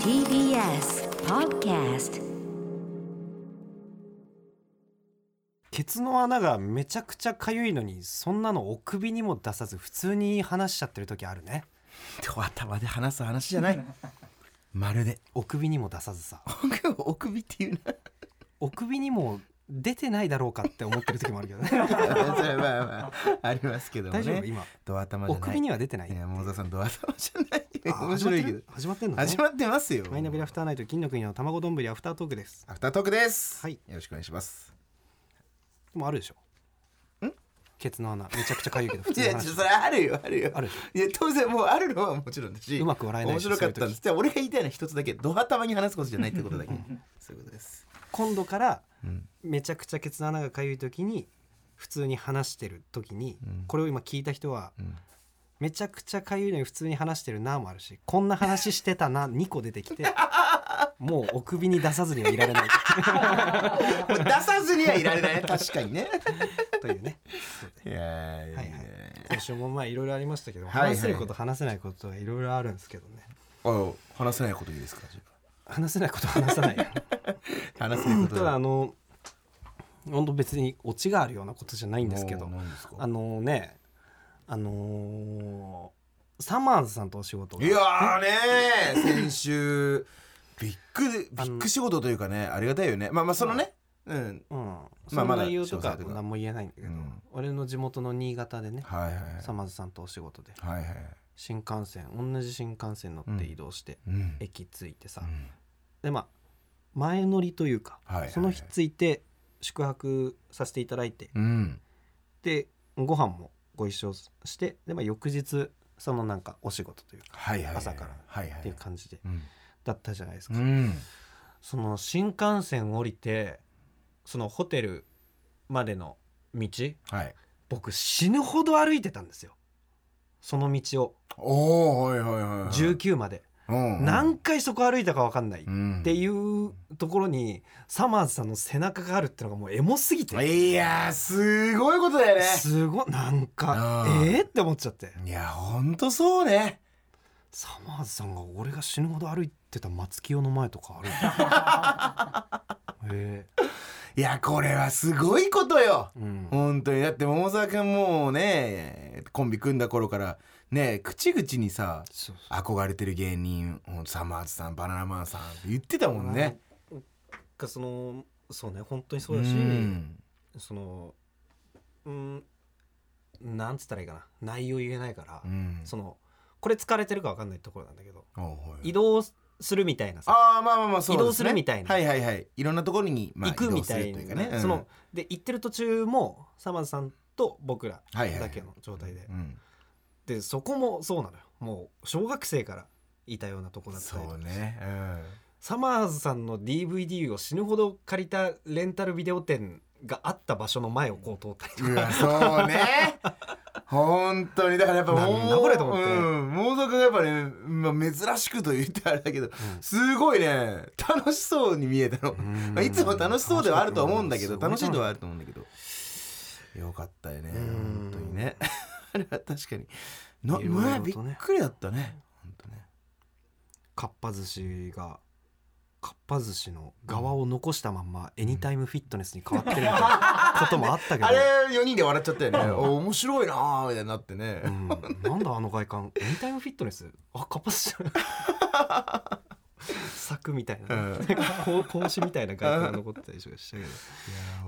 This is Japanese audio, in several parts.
TBS Podcast ケツの穴がめちゃくちゃ痒いのにそんなのお首にも出さず普通に話しちゃってる時あるね頭で話す話じゃないまるでお首にも出さずさお首っていうなお首にも出てないだろうかって思ってる時もあるけ どねそれはまあまあありますけども大丈夫ね今ド頭じおゃない首には出てないいや桃沢さんド頭じゃないあ面白いけど始まってる始まってんのね始まってますよマイナビラフターナイト金の国の卵丼ぶりアフタートークですアフタートークですはいよろしくお願いしますでもあるでしょんケツの穴めちゃくちゃ痒いけど普い通のや話ちょそれあるよあるよあるいや当然もうあるのはもちろんだしうまく笑えない面でしょ白かったんですそじゃあ俺が言いたいのは一つだけド頭に話すことじゃないってことだけそういうことです今度からうんめちゃくちゃケツの穴が痒い時に普通に話してる時に、うんこれを今聞いた人はうんめちゃくちゃかゆいのに普通に話してるなもあるしこんな話してたな2 個出てきてもうお首に出さずにはいられない もう出さずにはいられない確かにねというねいやいやはいやいはい今週もまあいろいろありましたけどはいはい話せること話せないことはいろいろあるんですけどねあ話せないこといいですか自分話せないこと話 さないよ話せないこたとだあんの本当別にオチがあるようなことじゃないんですけど何ですかあのねあのーサマーズさんとお仕事をいやーねー先週ビッグビッグ仕事というかねありがたいよねまあまあそのねうんうん、そまのあまだ内容と詳か細とか何も言えないんだけど、うん俺の地元の新潟でねはいはいはいさまずさんとお仕事ではいはい新幹線同じ新幹線乗って移動して、うん駅着いてさ、うんでまあ前乗りというか、はいはいはいその日着いて宿泊させていただいてうんでご飯もご一緒してで、まあ、翌日そのなんかお仕事というかはいはいはい朝からはいはいっていう感じでうんだったじゃないですうか、んその新幹線降りてそのホテルまでの道はい僕死ぬほど歩いてたんですよその道をおおはいはいはいはい19までうん何回そこ歩いたか分かんないっっていうところにサマーズさんの背中があるってのがもうエモすぎていやーすごいことだよねすごいなんかあーえーって思っちゃっていやほんとそうねサマーズさんが俺が死ぬほど歩いてた松清の前とか歩いて たえいやこれはすごいことよーうん本当にだって桃沢君もうねコンビ組んだ頃からね口々にさそうそ憧れてる芸人サマーズさんバナナマンさんって言ってたもんね。うかそのそうね本当にそうだし、うんそのうんなんつったらいいかな内容言えないから、うんそのこれ疲れてるか分かんないところなんだけどおうおう移動するみたいなさああまあまあまあそうですね移動するみたいなはいはいはいいろんなところに、まあ、行くみたい移動な、するというかね、そので行ってる途中もサマーズさんと僕らはいはいだけの状態で、うん、うんでそこもそうなのよもう小学生からいたようなとこだったりとそかうね、サマーズさんの DVD を死ぬほど借りたレンタルビデオ店があった場所の前をこう通ったりとうん、うか、わそうね本当にだからやっぱなんだこれと思ってうん、猛毒がやっぱね、まあ、珍しくと言ってあれだけどすごいね楽しそうに見えたの、うん まあ、いつも楽しそうではあると思うんだけど楽しいととははあると思うんだけどよかったよねうん本当にね あれは確かにないろいろとねまあびっくりだったね本当ねかっぱ寿司がかっぱ寿司の側を残したまんま、エニタイムフィットネスに変わってる みたいなこともあったけど、あれ4人で笑っちゃったよねお面白いなーみたいになってねうん、なんだあの外観エニタイムフィットネスあかっぱ寿司じゃない 柵みたいな、うねんなんかこう 格子みたいな外観が残ってたりしたけど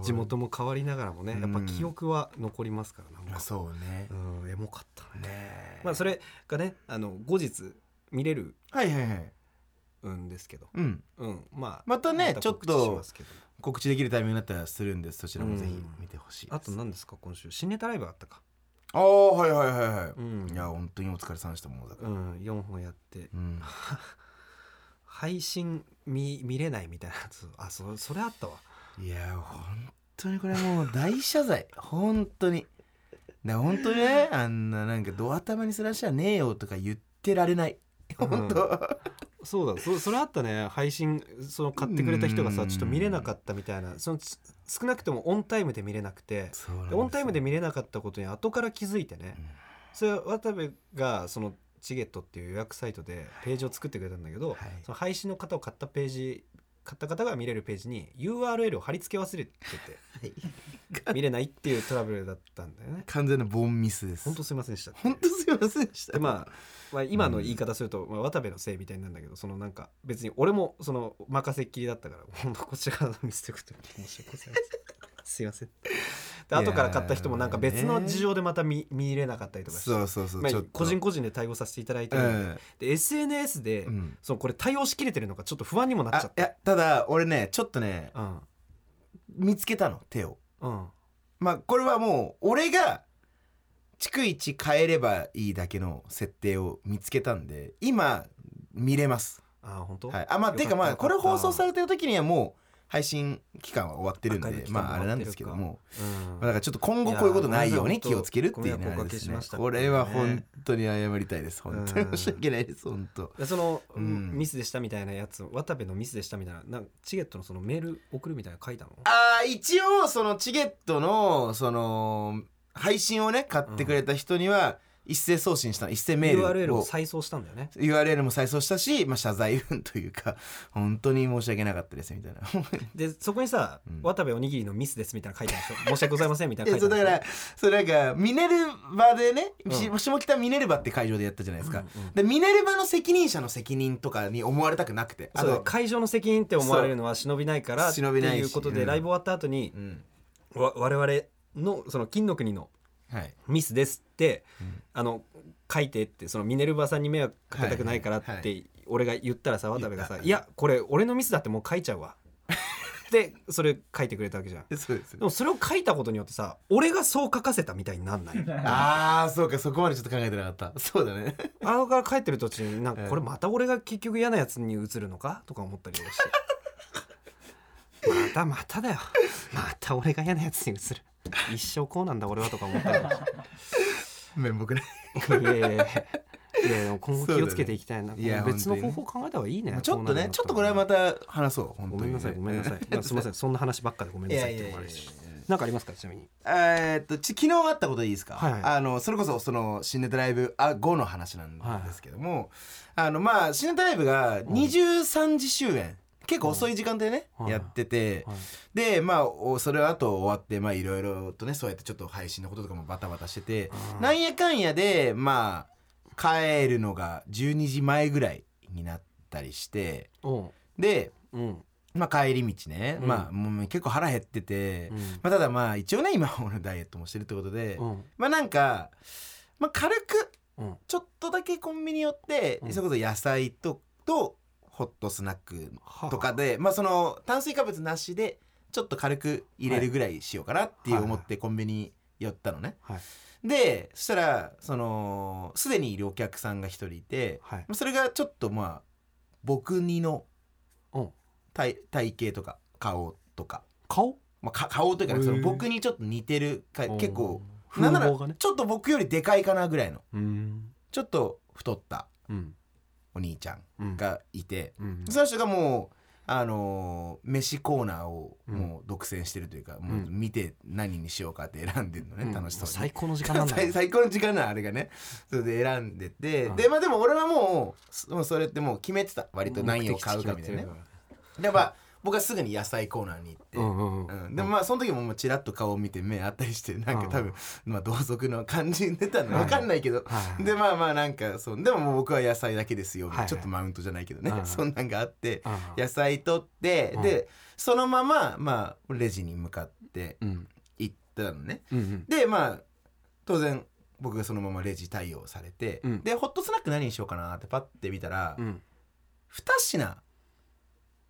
地元も変わりながらもねやっぱ記憶は残りますからなんあか、そうねうん、エモかったね、ねまあ、それがねあの後日見れるはいはいはいんですけど、うんうん、まあまたね告知ちょっとしますけど告知できるタイミングになったらするんでそちらもぜひうん見てほしいですあと何ですか今週新ネタライブあったかああはいはいはいはういんいや本当にお疲れさんでしたもんだかうらん、4本やってうん配信見見れないみたいなやつあそそれあったわいや本当にこれもう大謝罪 本当にだから本当にねあんななんかド頭にすらしちゃねえよとか言ってられないうん 本当、そうだそそれあったね配信その買ってくれた人がうさんちょっと見れなかったみたいなそのつ少なくともオンタイムで見れなくてそうなんですでよオンタイムで見れなかったことに後から気づいてねうんそれは渡部がそのチゲットっていう予約サイトでページを作ってくれたんだけど、はいその配信の方を買ったページ買った方が見れるページに URL を貼り付け忘れてて見れないっていうトラブルだったんだよね完全なボンミスです本当すいませんでした本当すいませんでしたでまあ、まあ、今の言い方すると、まあ、渡部のせいみたいなんだけどそのなんか別に俺もその任せっきりだったから本当こちらからの見せてくれて申し訳ございませんすいませんで後から買った人もなんか別の事情でまた見見れなかったりとかして、そうそうそう、まあちょっと個人個人で対応させていただいてうるんで,、ん、で SNS で、うんそのこれ対応しきれてるのかちょっと不安にもなっちゃあっいやただ俺ねちょっとねたうん見つけたの手をうんまあこれはもう俺が逐一変えればいいだけの設定を見つけたんで今見れます、ああ本当、はい、あまあよかったていうかまあよかこったれ放送されてる時にはもう配信期間は終わってるんアーカイでブ期間もまああれなんですけど終わもうんまあ、だからちょっと今後こういうことないよういやにーごめんなさい気をつけるっていうご迷惑おねあれかでけすしねましたこれは本当に謝りたいです本当に申し訳ないです本当でその、うんミスでしたみたいなやつ渡部のミスでしたみたいななんかチゲットのそのメール送るみたいなの書いたのあー一応そのチゲットのその配信をね買ってくれた人には一斉送信したの一斉メー URL ルをを再送したんだよね URL も再送したし、まあ、謝罪文というか 本当に申し訳なかったですみたいなでそこにさ、うん渡部おにぎりのミスですみたいなの書いてあるでしょ申し訳ございませんみたいいなのや書 そいうてあだるでかしょらそれなんかミネルバでね、うんし下北ミネルバって会場でやったじゃないですか、うんうんでミネルバの責任者の責任とかに思われたくなくてあそうだよと会場の責任って思われるのは忍びないからって忍びないしいうことで、うんライブ終わった後にう、んわ我々のその金の国のはいミスですって、うんあの書いてってそのミネルヴァさんに迷惑かけたくないからっはいはて俺が言ったらさ渡部がさ「言ったいやこれ俺のミスだってもう書いちゃうわ」でそれ書いてくれたわけじゃん。で そうですねでもそれを書いたことによってさ俺がそう書かせたみたいになんない ああそうかそこまでちょっと考えてなかったそう だねあのから帰ってる途中になんかうんこれまた俺が結局嫌なやつに移るのかとか思ったりもしてまたまただよまた俺が嫌なやつに移る一生こうなんだ俺はとか思ったりもして面目ないいやいやいやいやでも今後気をつけていきたいな、そうだねいや別の方本法考えた方がいいね ちょっとねちょっとこれはまたた話そう本当ごにめんなさいごめんなさい、まあ、すみ ませんそんな話ばっかでごめんいなやさいっいてやいういのもやあるしなんかありますかちなみにえーっとち昨日あったこといいですか、はいはいあのそれこそその新ネタライブあ後の話なんですけども、あのまあ新ネタライブが23時終演結構遅い時間でね、はいやってて、はいでまあおそれはあと終わってまあいろいろとねそうやってちょっと配信のこととかもバタバタしてて、うんなんやかんやでまあ帰るのが12時前ぐらいになったりしてうんで、うんまあ、帰り道ね、うんまあもう結構腹減ってて、うんまあ、ただまあ一応ね今俺ダイエットもしてるってことで、うんまあなんか、まあ、軽くうんちょっとだけコンビニ寄って、うんそれこそ野菜ととホットスナックはあとかで、まあその炭水化物なしでちょっと軽く入れるぐらいしようかなっていう思ってコンビニ寄ったのね。はいでそしたらそのすでにいるお客さんが一人いて、はいまあそれがちょっとまあ僕にのうん体体型とか顔とか、顔まあ、か顔というかねそへのー僕にちょっと似てるか結構風なんなら貌がねちょっと僕よりでかいかなぐらいのうんちょっと太ったうんお兄ちゃんうんがいて、うんその人がもう、あのー飯コーナーをもう独占してるというか、もう見て何にしようかって選んでるのね、うん楽しそうに最。高の時間なんだ 最最高の時間なあれがねそれで選んでて、うんでまあでも俺はもうそもうそれってもう決めてた割と何を買うかみたいなねでまあ僕はすぐに野菜コーナーに行って、うんうんううんん、でもまあその時ももうチラッと顔を見て目あったりしてなんか多分、まあ同族の感じに出たのはい分かんないけど、はいでまあまあなんかそうでももう僕は野菜だけですよ、はいちょっとマウントじゃないけどね、はいそんなんがあって、ああ野菜取って、うんでそのまままあレジに向かってうん行ったのねうんうんでまあ当然僕がそのままレジ対応されて、うんでホットスナック何にしようかなってパッて見たら、うん2品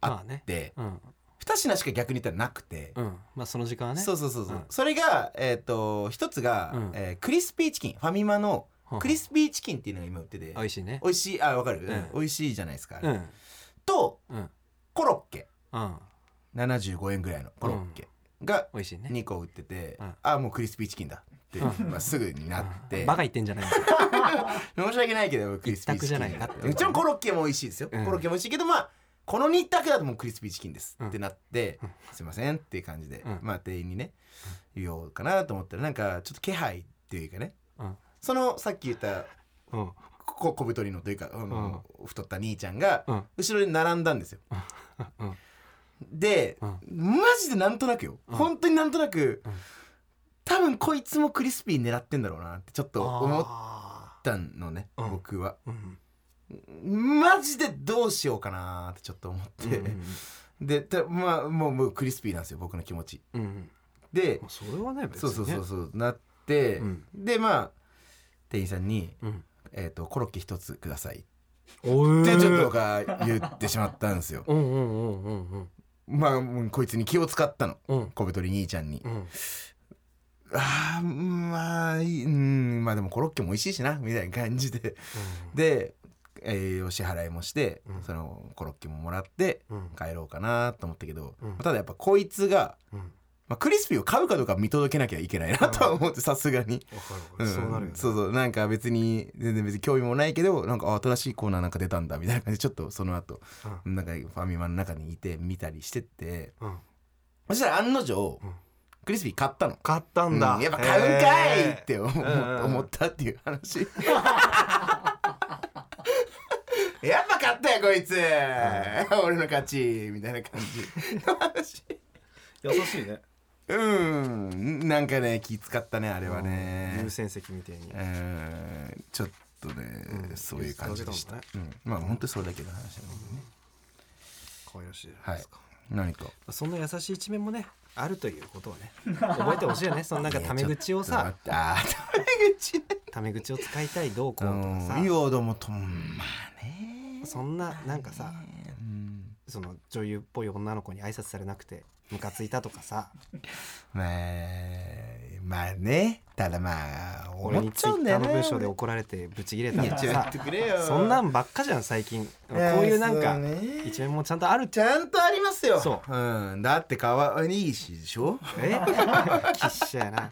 まあねでうん2品しか逆に言ったらなくて、うんまあその時間はねそうそうそうそう、うんそれがえっ、と一つが、うんえークリスピーチキンファミマのうんクリスピーチキンっていうのが今売ってて美味しいね美味しいあわかる、んうん美味しいじゃないですか、あれうんとうんコロッケうん75円ぐらいのコロッケが美味しいね2個売ってて、うんあもうクリスピーチキンだって、うんまあ、すぐになっうてんバカ言ってんじゃないよ申し訳ないけどクリスピー一択チキンじゃないかってもちろんコロッケも美味しいですよ、うんコロッケも美味しいけどまあこの2択だともうクリスピーチキンです、うんってなって、うんすいませんっていう感じで、うんまあ店員にね言おうかなと思ったらなんかちょっと気配っていうかねうんそのさっき言ったうんこ小太りのというか、あの太った兄ちゃんがうん後ろに並んだんですよ。うんで、うんマジでなんとなくよ、うん本当になんとなく、うん多分こいつもクリスピー狙ってんだろうなってちょっと思っあたのねうん僕は。ーうんマジでどうしようかなってちょっと思って、うんでたまあもうもうクリスピーなんですよ僕の気持ち。うんうんでまあそれはね別そうにねそうそうそうなって、うんでまあ店員さんに、うんえーと「コロッケ一つください」おってえ。ちょっと僕は言ってしまったんですようんうんうんうんうんまあもうこいつに気を使ったのうん小太り兄ちゃんに。うんあーまあいいうんまあでもコロッケも美味しいしなみたいな感じでで、えーお支払いもして、うんそのコロッケももらってうんうん帰ろうかなと思ったけど、うんただやっぱこいつが、うんわまあ、クリスピーを買うかどうか見届けなきゃいけないなとは思ってさすがに。かるわかうるんそうなるよねそうそうなんか別に全然別に興味もないけどなんかあ新しいコーナーなんか出たんだみたいな感じでちょっとその後うなんかファミマの中にいて見たりしててんうんそしたら案の定、うんクリスピー買ったの買ったんだうんやっぱ買うんかいっへて思,、うん思ったっていう話やっぱ買ったよこいつ、俺の勝ちみたいな感じー優しいねうんなんかね気使ったねあれはね優先席みたいにうんちょっとね、うんそういう感じでした、気をうん、まあ本当にそれだけの話なんでね、可愛らしいじゃないはでいすか何かそんな優しい一面もねあるということを ね覚えてほしいよねそのなんかタメ口をさいやちょっと待ってあータメ口ねタメ口を使いたいどうこうとかさうんいやでもとまあねそんななんかさうんその女優っぽい女の子に挨拶されなくてムカついたとかさまあ、まあね。ただまあ、俺思っにちツゃイうんッターだよのね。文章で怒られてブチギレたいとかやちょっさとくれよ。そんなんばっかじゃん最近こうやいうなんそうかね一面もちゃんとあるってちゃんとありますよ。。そうん。だってかわいいしでしょ え きっしゃやな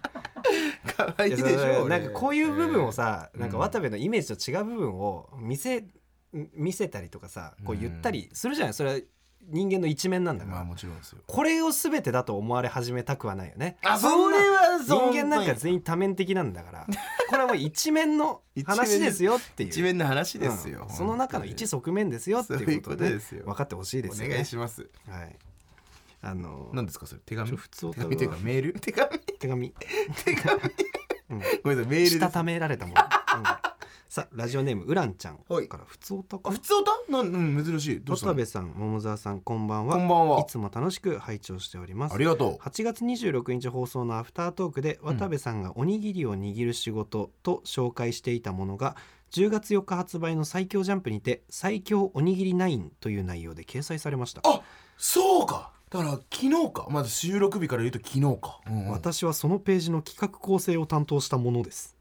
かわいいでしいやそょうなんかこういう部分を、さ、うんなんか渡部のイメージと違う部分を見せ見せたりとかさこう言ったりするじゃない、それは人間の一面なん俺だえーから、まあもちろんですよ。これを全てだと思われ始めたくはないよねあ、それは人そう。間なんか全員多面的なんだから これはもう一面の話ですよっていう一面の話ですよう。んその中の一側面ですよっていうことそういうことでですよ分かってほしいですよおね願いします。はいあの何ですかそれ手紙普通手紙というかメール手紙手 紙 ごめんなさいメールですしたためられたもの、うんさあラジオネームウランちゃんはいから普通おたあか普通歌なんうん珍しいどうした渡の部さん桃沢さんこんばんはこんばんはいつも楽しく拝聴しておりますありがと8月26日放送のアフタートークで渡部さんがおにぎりを握る仕事と紹介していたものが10月4日発売の最強ジャンプにて最強おにぎり9という内容で掲載されましたあそうかだから昨日かまだ収録日から言うと昨日か、うんうん私はそのページの企画構成を担当したものです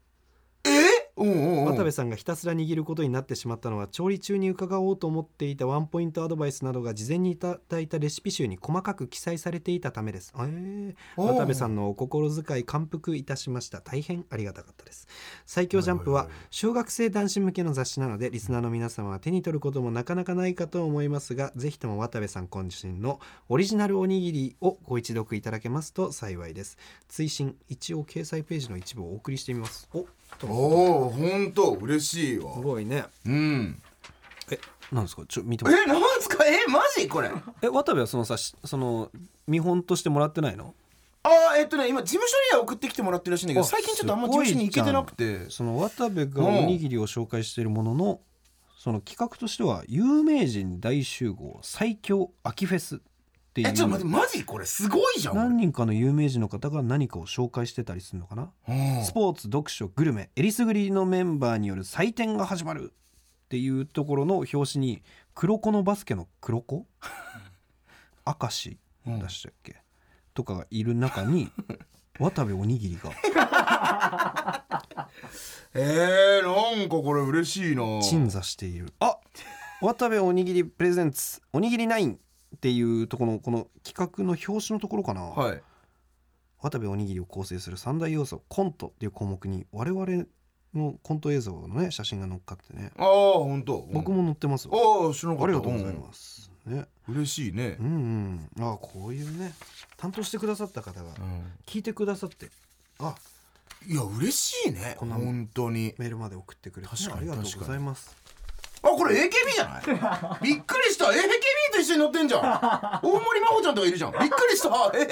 えうんうんうん渡部さんがひたすら握ることになってしまったのは調理中に伺おうと思っていたワンポイントアドバイスなどが事前にいただいたレシピ集に細かく記載されていたためです、えーおー渡部さんのお心遣い感服いたしました大変ありがたかったです最強ジャンプははいはいはい小学生男子向けの雑誌なのでリスナーの皆様は手に取ることもなかなかないかと思いますがぜひとも渡部さん渾身のオリジナルおにぎりをご一読いただけますと幸いです追伸一応掲載ページの一部をお送りしてみますおおお本当嬉しいわすごいねうんえ、なんですか、ちょ、見てえ。なんすかえマジこれあえ、渡部はそのさ、しその見本としてもらってないの。ーえっとね今事務所には送ってきてもらってるらしいんだけどあ最近ちょっとあんま事務所に行けてなくてその渡部がおにぎりを紹介しているものの。その企画としては、有名人大集合最強秋フェス。っていうえちょっと待ってマジこれすごいじゃん何人かの有名人の方が何かを紹介してたりするのかな。うんスポーツ、読書、グルメ、えりすぐりのメンバーによる祭典が始まる。っていうところの表紙に、黒子のバスケの黒子。 明石出したっけ、とかがいる中 に渡部おにぎりがえー、なんかこれ嬉しいな鎮座しているあ渡部おにぎりプレゼンツおにぎり9っていうとこのこの企画の表紙のところかな、はい渡部おにぎりを構成する三大要素コントっていう項目に我々のコント映像のね写真が載っかってねああ本当僕も載ってますよ、ああ知らなかったありがとうございます、ねうん嬉しいねう、んうんあこういうね担当してくださった方がうん聞いてくださってあいや嬉しいねこんな本当にメールまで送ってくれてね、確かにありがとうございますあこれ AKB じゃないびっくりした AKB と一緒に乗ってんじゃん大森真帆ちゃんとかいるじゃんびっくりしたえ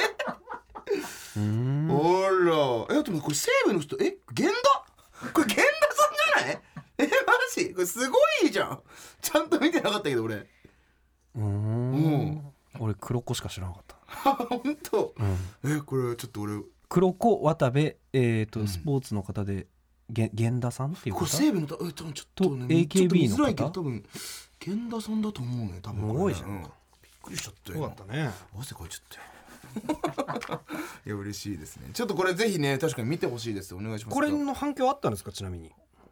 うんあらえでもこれ西武の人え源田 これ源田さんじゃない えマジこれすごいじゃんちゃんと見てなかったけど俺 うん俺黒子しか知らなかった、本当えこれちょっと俺黒子渡部、えーとうんスポーツの方でげ源田さんっていうこれ方西武のたえ多分ちょっとねと AKB ちょっと見づらいけどの方多分源田さんだと思うね多分これね多いじゃんうびっくりしちゃったよよかったね汗かいちゃったよ いや嬉しいですねちょっとこれぜひね確かに見てほしいですお願いしますこれの反響あったんですかちなみに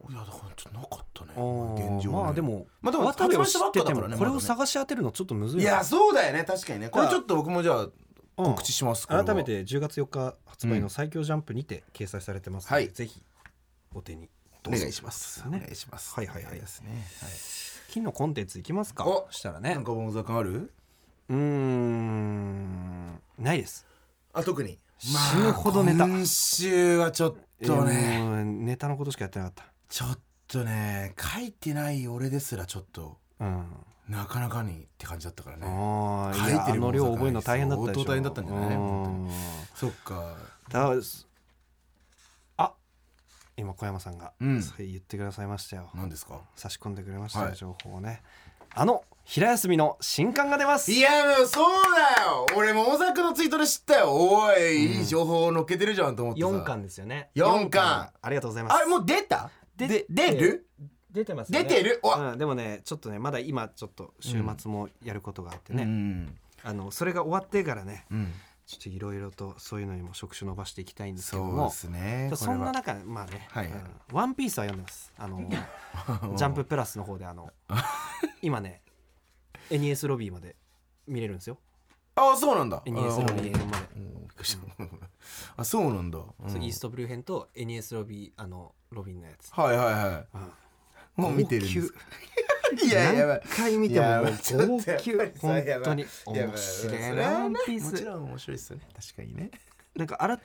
いやだからちょっとなかったねあー現状ねまあでもまあでも渡部を知ってて発売したばっかだかもらねこれまをだね探し当てるのちょっとむずいいなやそうだよね確かにねこれちょっと僕もじゃあうん告知しますこれは改めて10月4日発売うの「ん最強ジャンプ」にて掲載されてますのはで、いぜひお手にどおうぞ願いしますおね願いしますはいはいはいですね金のコンテンツいきますかおしたらはいねなんか桃沢君あるうーんないですあ特に死ぬほどネタ今週はちょっとえーねもうネタのことしかやってなかっちょっとね書いてない俺ですらちょっとたうんなかなかにって感じだったからねああ書いいてるやあの量覚えるの大変だったでしょ相当大変だったんじゃないうん本そっかだからすあ今小山さんがうんそう言ってくださいましたよ何ですか差し込んでくれましたはよい情報をねあの平休みの新刊が出ますいやもうそうだよ俺も大沢君のツイートで知ったよおい、いい情報を載っけてるじゃんと思ってさ四巻ですよね。四巻ありがとうございます。あれもう出たでで出る出てます、出て。るお、うん、でもねちょっとねまだ今ちょっと週末もやることがあってね、うん、あのそれが終わってからねうん、ちょっといろいろとそういうのにも職種伸ばしていきたいんですけどそうもですねこれそはんな中まあね、はいはいうんワンピースは読んでますあの ジャンププラスの方であの今ね NES ロビーまで見れるんですよあそうなんだ NES ロビーまであうんびっくりしたあそうなんだ、うんそうイーストブルー編と NES ロビーあのロビンのやつ、はいはいはうんいもう見てるんです いややば何い回見てもやもばういちょっとやば号い泣そ本れやば当いにやば面い白いそれなはワンピーもちスろん面白いっすよね確かにねなんかあら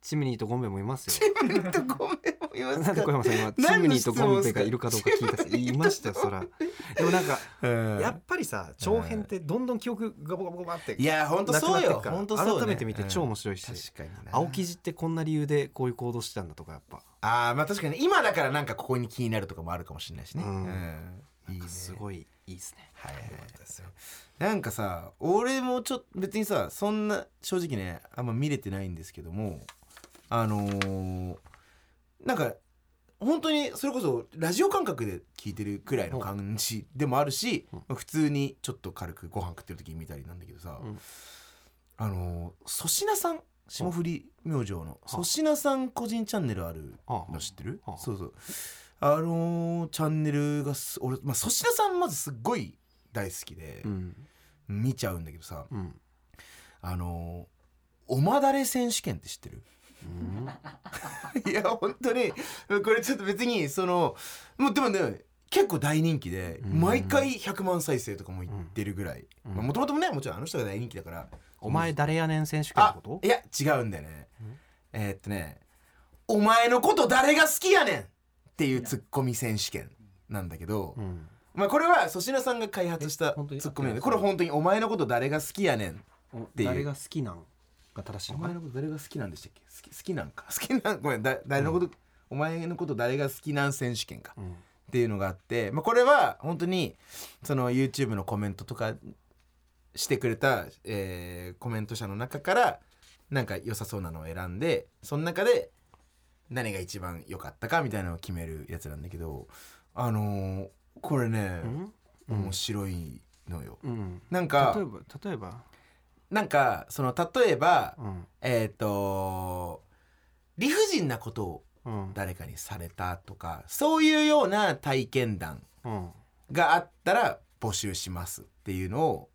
チムニーとゴンベもいますよチムニーとごめんもいますなんで小山さん今チムニーとゴンベがいるかどうか聞いた言いま したよそらでもなんかややっぱりさ長編ってどんどん記憶がボコボコボコっていや本当そうなくなよってっ本当かそうらね改めて見て超面白いし確かにな青生地ってこんな理由でこういう行動してたんだとかやっぱああまあ確かに今だからなんかここに気になるとかもあるかもしれないしね、うんうんいいねすごいいいですねはいはいはいなんかさ俺もちょっと別にさそんな正直ねあんま見れてないんですけどもあのーなんか本当にそれこそラジオ感覚で聞いてるくらいの感じでもあるし、うんまあ普通にちょっと軽くご飯食ってる時に見たりなんだけどさ、うんあのー粗品さん霜降り明星の粗品さん個人チャンネルあるあの知ってるはあそうそうあのーチャンネルがす俺、まあ、粗品さんまずすっごい大好きでうん見ちゃうんだけどさ、うんあのーおまだれ選手権って知ってるうん いや本当にこれちょっと別にそのもうでもね結構大人気でうん毎回100万再生とかもいってるぐらいうんもともとねもちろんあの人が大人気だから お前誰やねん選手権のあこといや違うんだよねんえーっとね「お前のこと誰が好きやねん!」っていうツッコミ選手権なんだけど、うんまあ、これは粗品さんが開発したえツ本当にッコミなんでこれ本当に「お前のこと誰が好きやねん」ていう誰が好きなんが正しいのおか前なのこと誰が好きなんでしたっけ好き好きなんか 好きなんごめんだ誰のこと、お前のこと誰が好きなん選手権かうんっていうのがあって、まあ、これは本当にその YouTube のコメントとかしてくれた、えーコメント者の中からなんか良さそうなのを選んでその中で何が一番良かったかみたいなのを決めるやつなんだけどあのーこれね、うん面白いのよ。うんなんか例えば例えばなんかその例えば、うんえっ、と理不尽なことをうん誰かにされたとかそういうような体験談うんがあったら募集しますっていうのを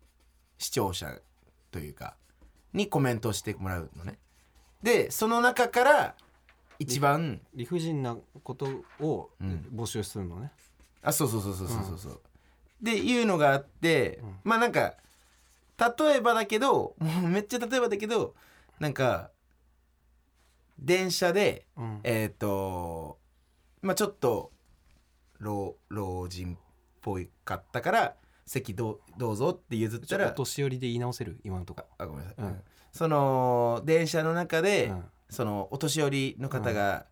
視聴者というかにコメントしてもらうのね。でその中から一番理不尽なことをうん募集するのね、あそうそうそうそうそうそうそう。っていうのがあって、まあなんか 例えばだけどもうめっちゃ例えばだけどなんか電車でうんえーっ、とまあちょっと老老人っぽいかったから席どうどうぞって譲っちょたっとらお年寄りで言い直せる今のとこあごめんなさい、うんその電車の中で、うんそのお年寄りの方が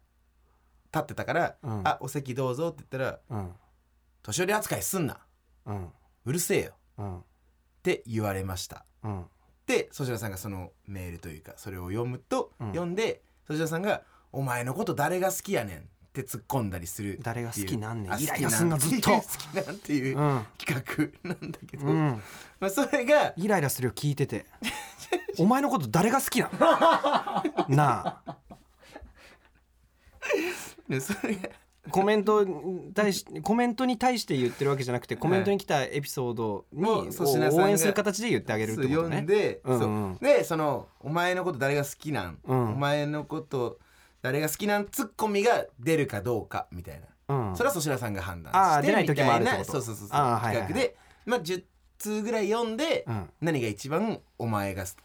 立ってたから「うんあお席どうぞ」って言ったらうん「年寄り扱いすんなうんうるせえよ」うんって言われましたうんでそちらさんがそのメールというかそれを読むと、うん読んでそちらさんが「お前のこと誰が好きやねん」って突っ込んだりする誰が好きなんねんあイライラすんなずっと 好きなんっていうう好んきなんっていう企画なんだけど、うんまあ、それがイライラするよ聞いて てお前のこと誰が好きなの なあそれがコメントに対しコメントに対して言ってるわけじゃなくてコメントに来たエピソードにもう粗品さんが応援する形で言ってあげるってことねそう読んで、うんそううんでその「お前のこと誰が好きなん、うんお前のこと誰が好きなん」ツッコミが出るかどうかみたいな、うんそれは粗品さんが判断あーして出ない時もあるみたっいてことそうそうそうそうあーはいはいはい企画で、まあ、10通ぐらい読んで、うん何が一番お前がす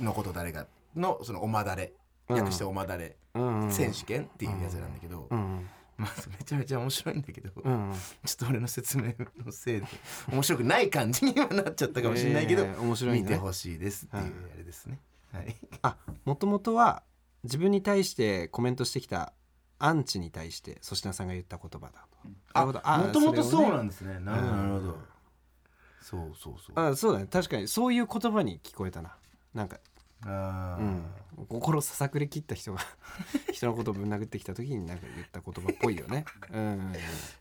のこと誰がのその「おまだれ」うん略して「おまだれうんうん選手権」っていうやつなんだけど、うんまあ、めちゃめちゃ面白いんだけど、うんうんうんちょっと俺の説明のせいで面白くない感じにはなっちゃったかもしれないけど、えー面白いん見だてねほしいですっていうはいあれですね。はい。あもともとは自分に対してコメントしてきたアンチに対して粗品さんが言った言葉だなるほどあんですね。なるほどなるほど。そうそうそう。あそうだね確かにそういう言葉に聞こえたななんか、あうーん、心ささくれ切った人が 人のことをぶん殴ってきた時になんか言った言葉っぽいよ ねうん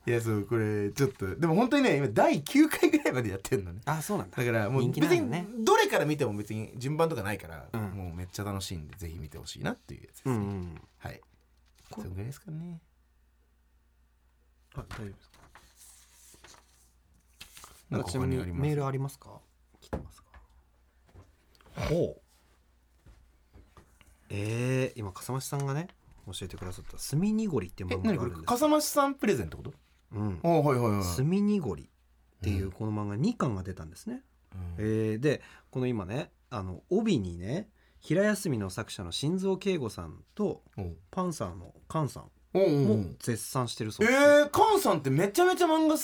いやそうこれちょっとでも本当にね今第9回ぐらいまでやってんのね。あそうなんだだからもう人別気なんだにねどれから見ても別に順番とかないから、うんもうめっちゃ楽しいんでぜひ見てほしいなっていうやつでうすね。ん、うん、はい。そんぐらいですかね。あ大丈夫ですかなんかちな他みににありますメールありますか来てますかほうえー、今笠間さんがね教えてくださった「墨濁り」っていうえ漫画何がこあれるんです笠間さんプレゼントってこと？うんおはいはいは「い。墨濁り」っていうこの漫画2巻が出たんですね、うんえーでこの今ねあの帯にね平休みの作者の心臓慶吾さんとパンサーのカンさおうんおうおもう絶賛してるそうです、えー、カンさんってめちゃめちゃ漫画好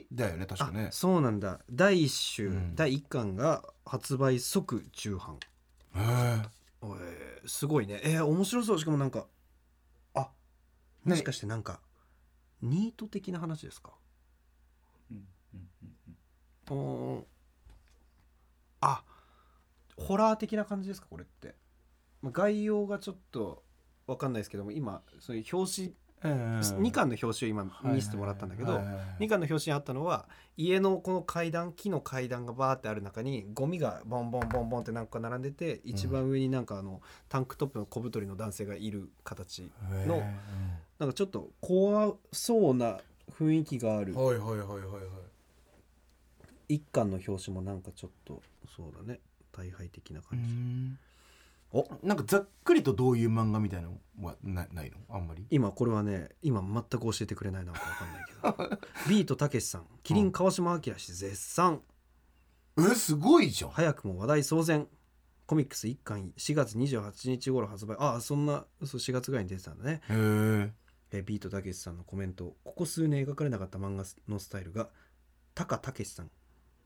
きだよね確かねあそうなんだ第1週、うん第1巻が発売即重版へーえーすごいねえー面白そうしかもなんかあもしかしてなんかニート的な話ですかおーあホラー的な感じですかこれって、まあ、概要がちょっとわかんないですけども今そういう表紙、 2 2巻の表紙を今見せてもらったんだけど、2巻の表紙にあったのは家のこの階段木の階段がバーってある中にゴミがボンボンボンボンって何個か並んでて一番上になんかあのタンクトップの小太りの男性がいる形のなんかちょっと怖そうな雰囲気があるはいはいはいはいはい一巻の表紙もなんかちょっとそうだね大敗的なう感じんおなんかざっくりとどういう漫画みたいなのはなないのあんまり今これはね今全く教えてくれないなんかわかんないけ どビートたけしさんキリン川島明氏絶賛えすごいじゃん早くも話題騒然コミックス1巻4月28日頃発売ああそんなそう4月ぐらいに出てたんだねへーえービートたけしさんのコメントここ数年描かれなかった漫画のスタイルがタカたけしさん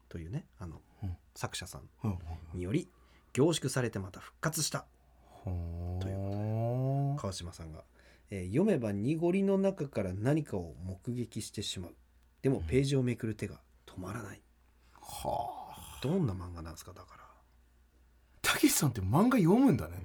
というねあの、うん作者さんうんにより凝縮されてまた復活したほーという川島さんが、えー読めば濁りの中から何かを目撃してしまうでもページをめくる手が止まらない、はあどんな漫画なんですかだからたけしさんって漫画読むんだね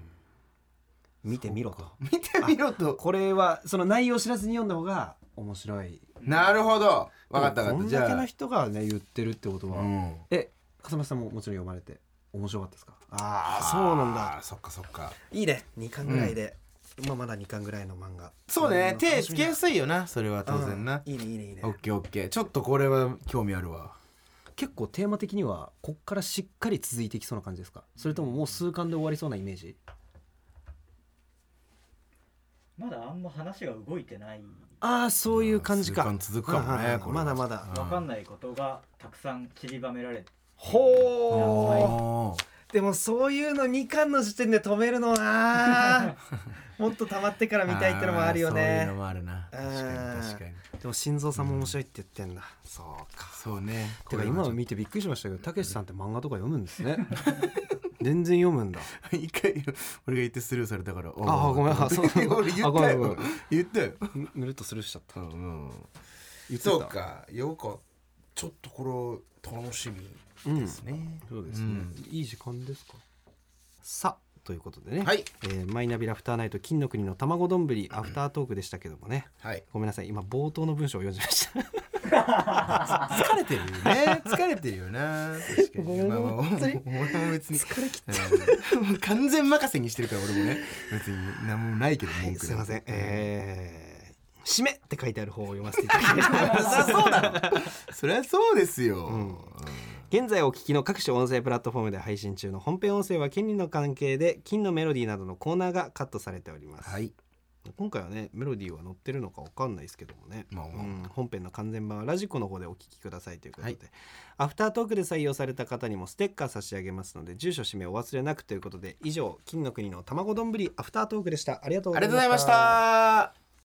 見てみろと見てみろとこれはその内容を知らずに読んだ方が面白いなるほどわかったわこんかったじだけゃのあ人がね言ってるってことは、うんえ笠間さんももちろん読まれて面白かったですかああそうなんだあーそっかそっかいいね2巻ぐらいで、まあまだ2巻ぐらいの漫画そうね手つけやすすいよなそれは当然ないいねいいねいいねオッケーオッケーちょっとこれは興味あるわ結構テーマ的にはこっからしっかり続いていきそうな感じですかそれとももう数巻で終わりそうなイメージまだあんま話が動いてない、ああそういう感じかまあ数巻続くかもねうんうんうんこれはまだまだうんわかんないことがたくさん散りばめられてほーうおーでもそういうの2巻の時点で止めるの はもっと溜まってから見たいってのもあるよーそういうねのもあるな確うかにん確かにでも心臓さんも面白いって言ってんだ、そうかそうねてか今の見てびっくりしましたけどたけしさんって漫画とか読むんです ね全然読むんだ 一回俺が言ってスルーされたからあああごめんあそう俺 言あっごためんごよめん言ったよぬぬるっとスルーしちゃったうん言ってたそうかよかちょっとこれ楽しみですねそうですね、いい時間ですかさあということでね、はいえーマイナビラフターナイト金の国の卵丼ぶりアフタートークでしたけどもねはいごめんなさい今冒頭の文章を読んじゃいました疲れてるよね 疲れてるよな確かごにめんまあまあ本当に俺も別に疲れきったもう完全任せにしてるから俺もね別に何もないけど文句 すいませんえー、締めって書いてある方を読ませていただきます そりゃそうだろそりゃそうですよ、ん現在お聞きの各種音声プラットフォームで配信中の本編音声は権利の関係で金のメロディーなどのコーナーがカットされております、はい今回はねメロディーは載ってるのかわかんないですけどもね、まあまあうん本編の完全版はラジコの方でお聞きくださいということで、はいアフタートークで採用された方にもステッカー差し上げますので住所氏名お忘れなくということで以上金の国の卵丼ぶりアフタートークでしたありがとうあごりざがいとうございままししたた